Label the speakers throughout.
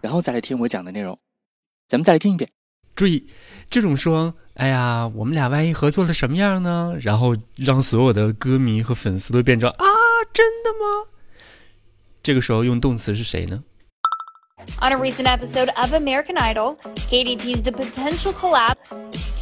Speaker 1: 然后再来听我讲的内容。咱们再来听一遍。
Speaker 2: 注意，这种说，哎呀，我们俩万一合作了什么样呢？然后让所有的歌迷和粉丝都变成啊，真的吗？这个时候用动词是谁呢？
Speaker 3: On a recent episode of American Idol, Katie teased a potential collab.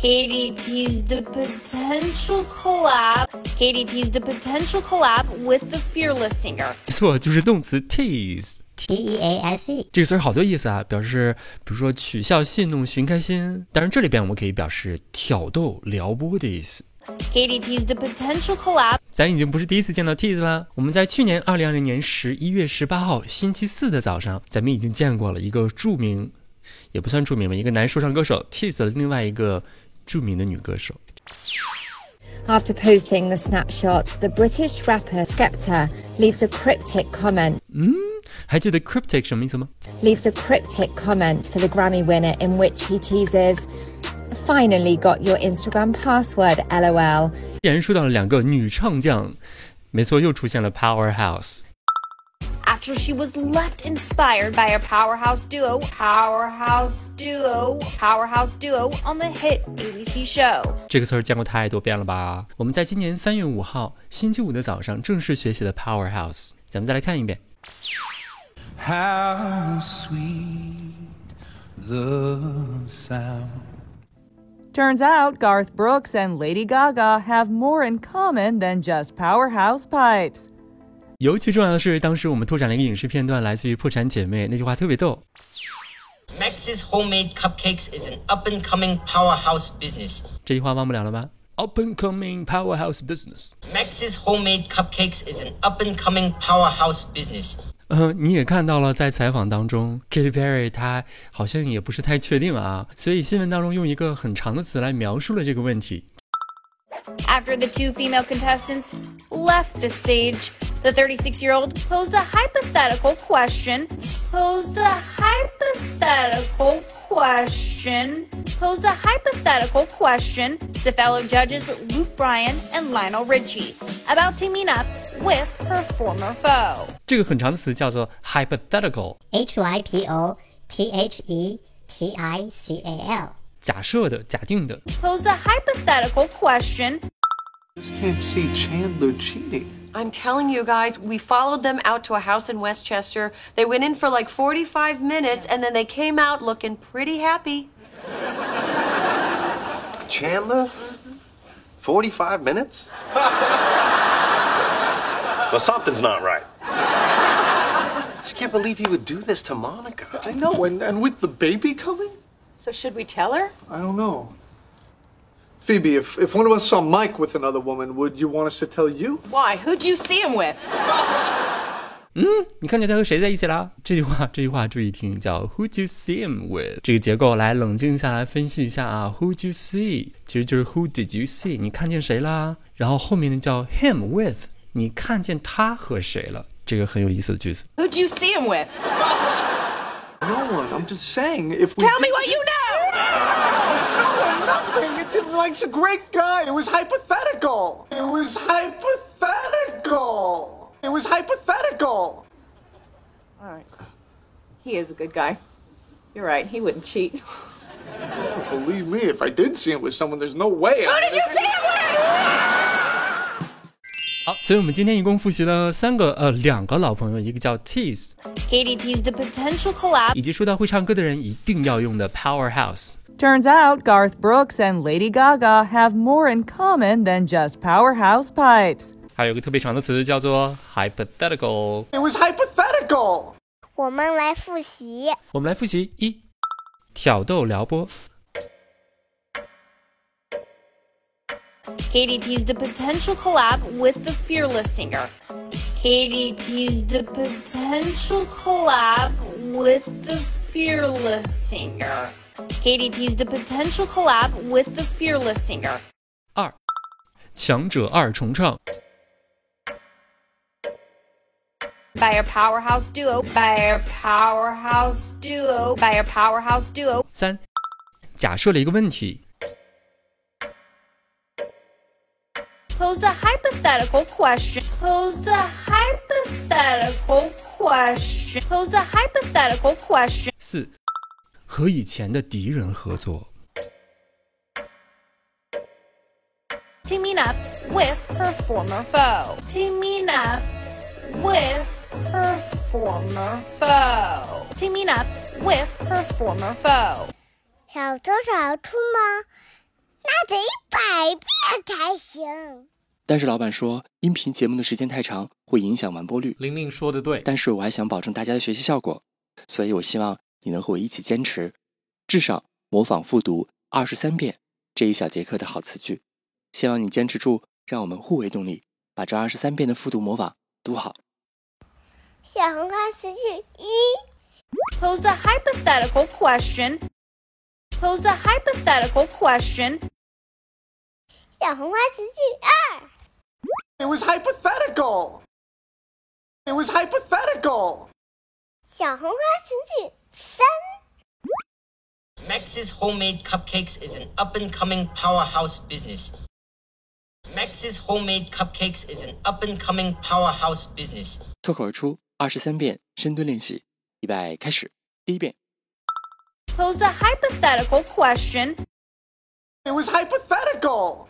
Speaker 3: Katie teased a potential collab. Katie teased a potential collab with the Fearless singer.
Speaker 2: 没错，就是动词 tease。
Speaker 4: T E A S E，
Speaker 2: 这个词儿好多意思啊，表示比如说取笑、戏弄、寻开心。当然，这里边我们可以表示挑逗、撩拨的意思。
Speaker 3: Katie teased a potential collab.
Speaker 2: 咱已经不是第一次见到 tease 啦。我们在去年二零二零年十一月十八号星期四的早上，咱们已经见过了一个著名，也不算著名吧，一个男说唱歌手 tease 了另外一个著名的女歌手。
Speaker 5: After posting the snapshot, the British rapper Skepta leaves a cryptic comment.
Speaker 2: 还记得 cryptic 什么意思吗？
Speaker 5: Leaves a cryptic comment for the Grammy winner in which he teases, "Finally got your Instagram password, lol."
Speaker 2: 依然说到了两个女唱将，没错，又出现了 powerhouse。
Speaker 3: After she was left inspired by her powerhouse duo, powerhouse duo, powerhouse duo on the hit ABC show.
Speaker 2: 这个词儿见过太多遍了吧？我们在今年三月五号星期五的早上正式学习的 powerhouse，咱们再来看一遍。
Speaker 6: How sweet the sound.
Speaker 7: Turns out Garth Brooks and Lady Gaga have more in common than just powerhouse pipes.
Speaker 2: 尤其重要的是，当时我们拓展了一个影视片段，来自于《破产姐妹》，那句话特别逗。
Speaker 8: Max's Homemade Cupcakes is an up and coming powerhouse business.
Speaker 2: 这句话忘不了了吧？Up and coming powerhouse business。
Speaker 8: Max's Homemade Cupcakes is an up and coming powerhouse business.
Speaker 2: 嗯、你也看到了，在采访当中，Katy Perry 她好像也不是太确定啊，所以新闻当中用一个很长的词来描述了这个问题。
Speaker 3: After the two female contestants left the stage, the 36 year old posed a hypothetical question. Posed a hypothetical question. Posed a hypothetical question to fellow judges Luke Bryan and Lionel Richie about teaming up with her former foe.
Speaker 2: 这个很长的词叫做 hypothetical，
Speaker 4: H Y P O T H E T I C A L。
Speaker 2: 假设的、假定的。
Speaker 3: Posed a hypothetical question
Speaker 6: Just can't see Chandler cheating.
Speaker 9: I'm telling you guys, we followed them out to a house in Westchester. They went in for like 45 minutes and then they came out looking pretty happy.
Speaker 6: Chandler? 45 minutes? well, something's not right. Just can't believe he would do this to Monica. I know, and, and with the baby coming?
Speaker 9: So, should we tell her?
Speaker 6: I don't know. Phoebe, if, if one of us saw Mike with another woman, would you want us to tell you?
Speaker 9: Why? Who'd you see him with?
Speaker 2: 你看见他和谁在一起啦？这句话，这句话注意听，叫 Who'd you see him with？这个结构来冷静下来分析一下啊。Who'd you see？其实就是 Who did you see？你看见谁啦？然后后面呢叫 him with，你看见他和谁了？这个很有意思的句子。
Speaker 9: Who'd you see him with?
Speaker 6: No one. I'm just saying, if we.
Speaker 9: Tell me what you know!
Speaker 6: Nothing. It, it, Mike's a great guy. It was hypothetical. It was hypothetical. It was hypothetical.
Speaker 9: All right. He is a good guy. You're right, he wouldn't cheat.
Speaker 6: Believe me, if I did see him with someone, there's no way.
Speaker 9: Who did you see him with?
Speaker 2: 好，所以我们今天一共复习了三个，呃，两个老朋友，一个叫 tease，
Speaker 3: Katie teased a potential collab.
Speaker 2: 以及说到会唱歌的人一定要用的 powerhouse。
Speaker 7: Turns out Garth Brooks and Lady Gaga have more in common than just powerhouse pipes.
Speaker 2: 还有一个特别长的词叫做 hypothetical。
Speaker 6: It was hypothetical.
Speaker 10: 我们来复习
Speaker 2: 我们来复习一，挑逗撩拨；
Speaker 3: Katie teased a potential collab with the Fearless singer. Katie teased a potential collab with the Fearless Singer. Katie teased a potential collab with the Fearless Singer.
Speaker 2: 二，强者二重唱。
Speaker 3: By a powerhouse duo, by a powerhouse duo, by a powerhouse duo.
Speaker 2: 三，假设了一个问题，
Speaker 3: Posed a hypothetical question. Posed a hypothetical question. Posed a hypothetical question.
Speaker 2: 四，和以前的敌人合作。
Speaker 3: Teaming up with her former foe. Teaming up with her former foe. Teaming up with her former foe.
Speaker 10: 小偷小兔吗？那得一百遍才行。
Speaker 1: 但是老板说，音频节目的时间太长，会影响完播率。
Speaker 11: 玲玲说的对，
Speaker 1: 但是我还想保证大家的学习效果，所以我希望你能和我一起坚持，至少模仿复读二十三遍这一小节课的好词句。希望你坚持住，让我们互为动力，把这二十三遍的复读模仿读好。
Speaker 10: 小红花词句一，
Speaker 3: Posed a hypothetical question. Posed a hypothetical question.
Speaker 10: 小红花词句二，
Speaker 6: It was hypothetical. It was hypothetical.
Speaker 10: 小红花词句三，
Speaker 8: Max's Homemade Cupcakes is an up and coming powerhouse business. Max's Homemade Cupcakes is an up and coming powerhouse business.
Speaker 1: 脱口而出二十三遍深蹲练习，预备开始。第一遍，
Speaker 3: Posed a hypothetical question.
Speaker 6: It was hypothetical.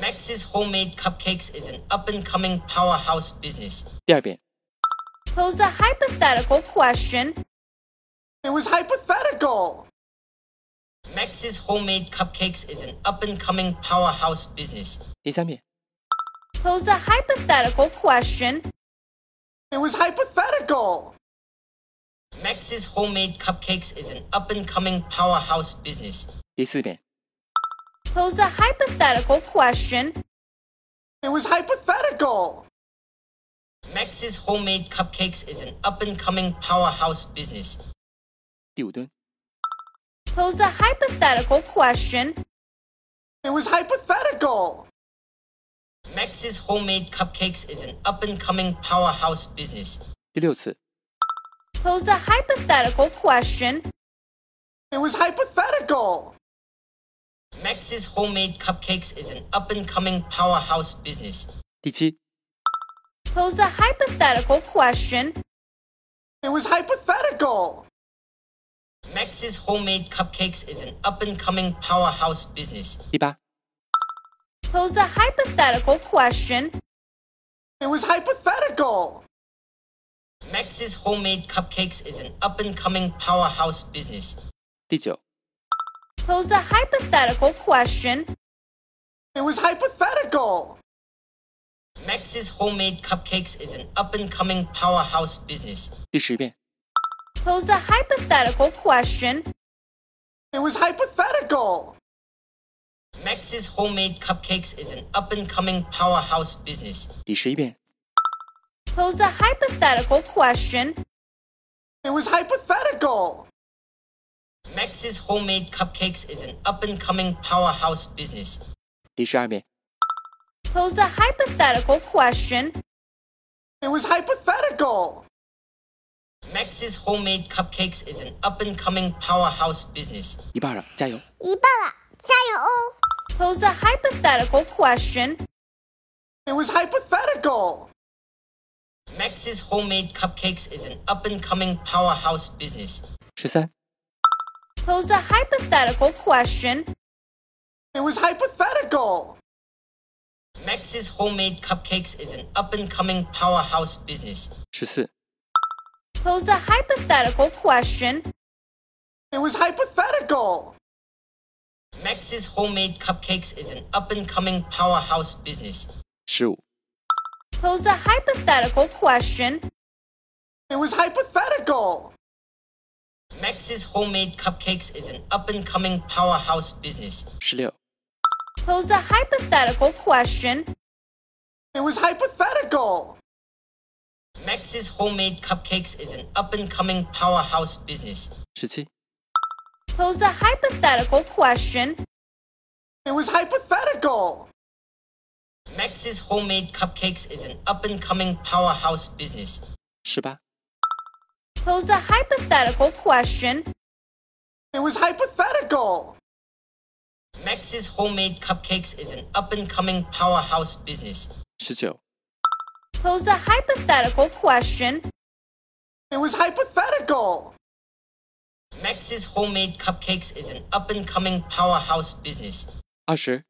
Speaker 8: Max's Homemade Cupcakes is an up and coming powerhouse business.
Speaker 1: 第二遍，
Speaker 3: Posed a hypothetical question.
Speaker 6: It was hypothetical.
Speaker 8: Max's Homemade Cupcakes is an up and coming powerhouse business.
Speaker 1: 第三遍，
Speaker 3: Posed a hypothetical question.
Speaker 6: It was hypothetical.
Speaker 8: Max's Homemade Cupcakes is an up and coming powerhouse business.
Speaker 1: 第四遍，
Speaker 3: Posed a hypothetical question.
Speaker 6: It was hypothetical.
Speaker 8: Max's Homemade Cupcakes is an up and coming powerhouse business.
Speaker 1: 第五蹲，
Speaker 3: Posed a hypothetical question.
Speaker 6: It was hypothetical.
Speaker 8: Max's Homemade Cupcakes is an up and coming powerhouse business.
Speaker 1: 第六次，
Speaker 3: Posed a hypothetical question.
Speaker 6: It was hypothetical.
Speaker 8: Max's Homemade Cupcakes is an up and coming powerhouse business.
Speaker 1: 第七，
Speaker 3: Posed a hypothetical question.
Speaker 6: It was hypothetical.
Speaker 8: Max's Homemade Cupcakes is an up and coming powerhouse business.
Speaker 1: 第八，
Speaker 3: Posed a hypothetical question.
Speaker 6: It was hypothetical.
Speaker 8: Max's Homemade Cupcakes is an up and coming powerhouse business.
Speaker 1: 第九，
Speaker 3: Posed a hypothetical question.
Speaker 6: It was hypothetical.
Speaker 8: Max's Homemade Cupcakes is an up and coming powerhouse business.
Speaker 1: 第十遍，
Speaker 3: Posed a hypothetical question.
Speaker 6: It was hypothetical.
Speaker 8: Max's Homemade Cupcakes is an up and coming powerhouse business.
Speaker 1: 第十一遍，
Speaker 3: Posed a hypothetical question.
Speaker 6: It was hypothetical.
Speaker 8: Max's Homemade Cupcakes is an up and coming powerhouse business.
Speaker 1: 第十二遍，
Speaker 3: Posed a hypothetical question.
Speaker 6: It was hypothetical.
Speaker 8: Max's Homemade Cupcakes is an up and coming powerhouse business.
Speaker 1: 一半了，加油！
Speaker 10: 一半了，加油哦！
Speaker 3: Posed a hypothetical question.
Speaker 6: It was hypothetical.
Speaker 8: Max's Homemade Cupcakes is an up and coming powerhouse business.
Speaker 1: 十三、
Speaker 3: Posed a hypothetical question.
Speaker 6: It was hypothetical.
Speaker 8: Max's Homemade Cupcakes is an up and coming powerhouse business.
Speaker 1: 十四、
Speaker 3: Posed a hypothetical question.
Speaker 6: It was hypothetical.
Speaker 8: Max's Homemade Cupcakes is an up and coming powerhouse business.
Speaker 1: 十五、
Speaker 3: Posed a hypothetical question.
Speaker 6: It was hypothetical.
Speaker 8: Max's Homemade Cupcakes is an up and coming powerhouse business.
Speaker 1: 十六、
Speaker 3: Posed a hypothetical question.
Speaker 6: It was hypothetical.
Speaker 8: Max's Homemade Cupcakes is an up and coming powerhouse business.
Speaker 1: 十七、
Speaker 3: Posed a hypothetical question.
Speaker 8: It was hypothetical! Max's Homemade Cupcakes is an up and coming powerhouse business.
Speaker 1: 十八、
Speaker 3: Posed a hypothetical question.
Speaker 8: It was hypothetical! Max's Homemade Cupcakes is an up and coming powerhouse business.
Speaker 1: 十九、
Speaker 3: Posed a hypothetical question.
Speaker 8: It was hypothetical! Max's Homemade Cupcakes is an up and coming powerhouse business.
Speaker 1: 二十、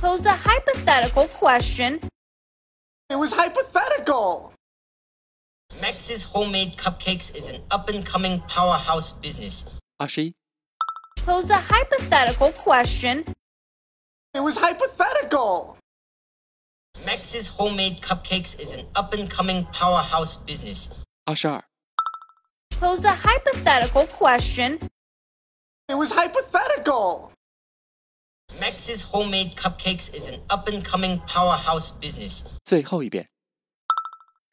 Speaker 3: Posed a hypothetical question.
Speaker 8: It was hypothetical! Max's Homemade Cupcakes is an up and coming powerhouse business.
Speaker 1: 二十一、
Speaker 3: Posed a hypothetical question.
Speaker 8: It was hypothetical! Max's Homemade Cupcakes is an up and coming powerhouse business.
Speaker 1: 二十二、
Speaker 3: Posed a hypothetical question.
Speaker 8: It was hypothetical! Max's Homemade Cupcakes is an up and coming powerhouse business.
Speaker 1: 最后一遍。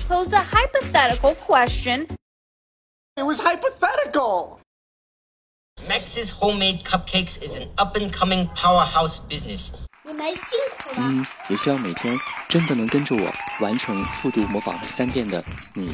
Speaker 3: Posed a hypothetical question.
Speaker 8: It was hypothetical! Max's Homemade Cupcakes is an up and coming powerhouse business.
Speaker 10: 你们辛苦了。
Speaker 1: 嗯，也希望每天真的能跟着我完成复读模仿三遍的你，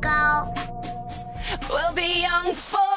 Speaker 10: 高。
Speaker 9: We'll be young for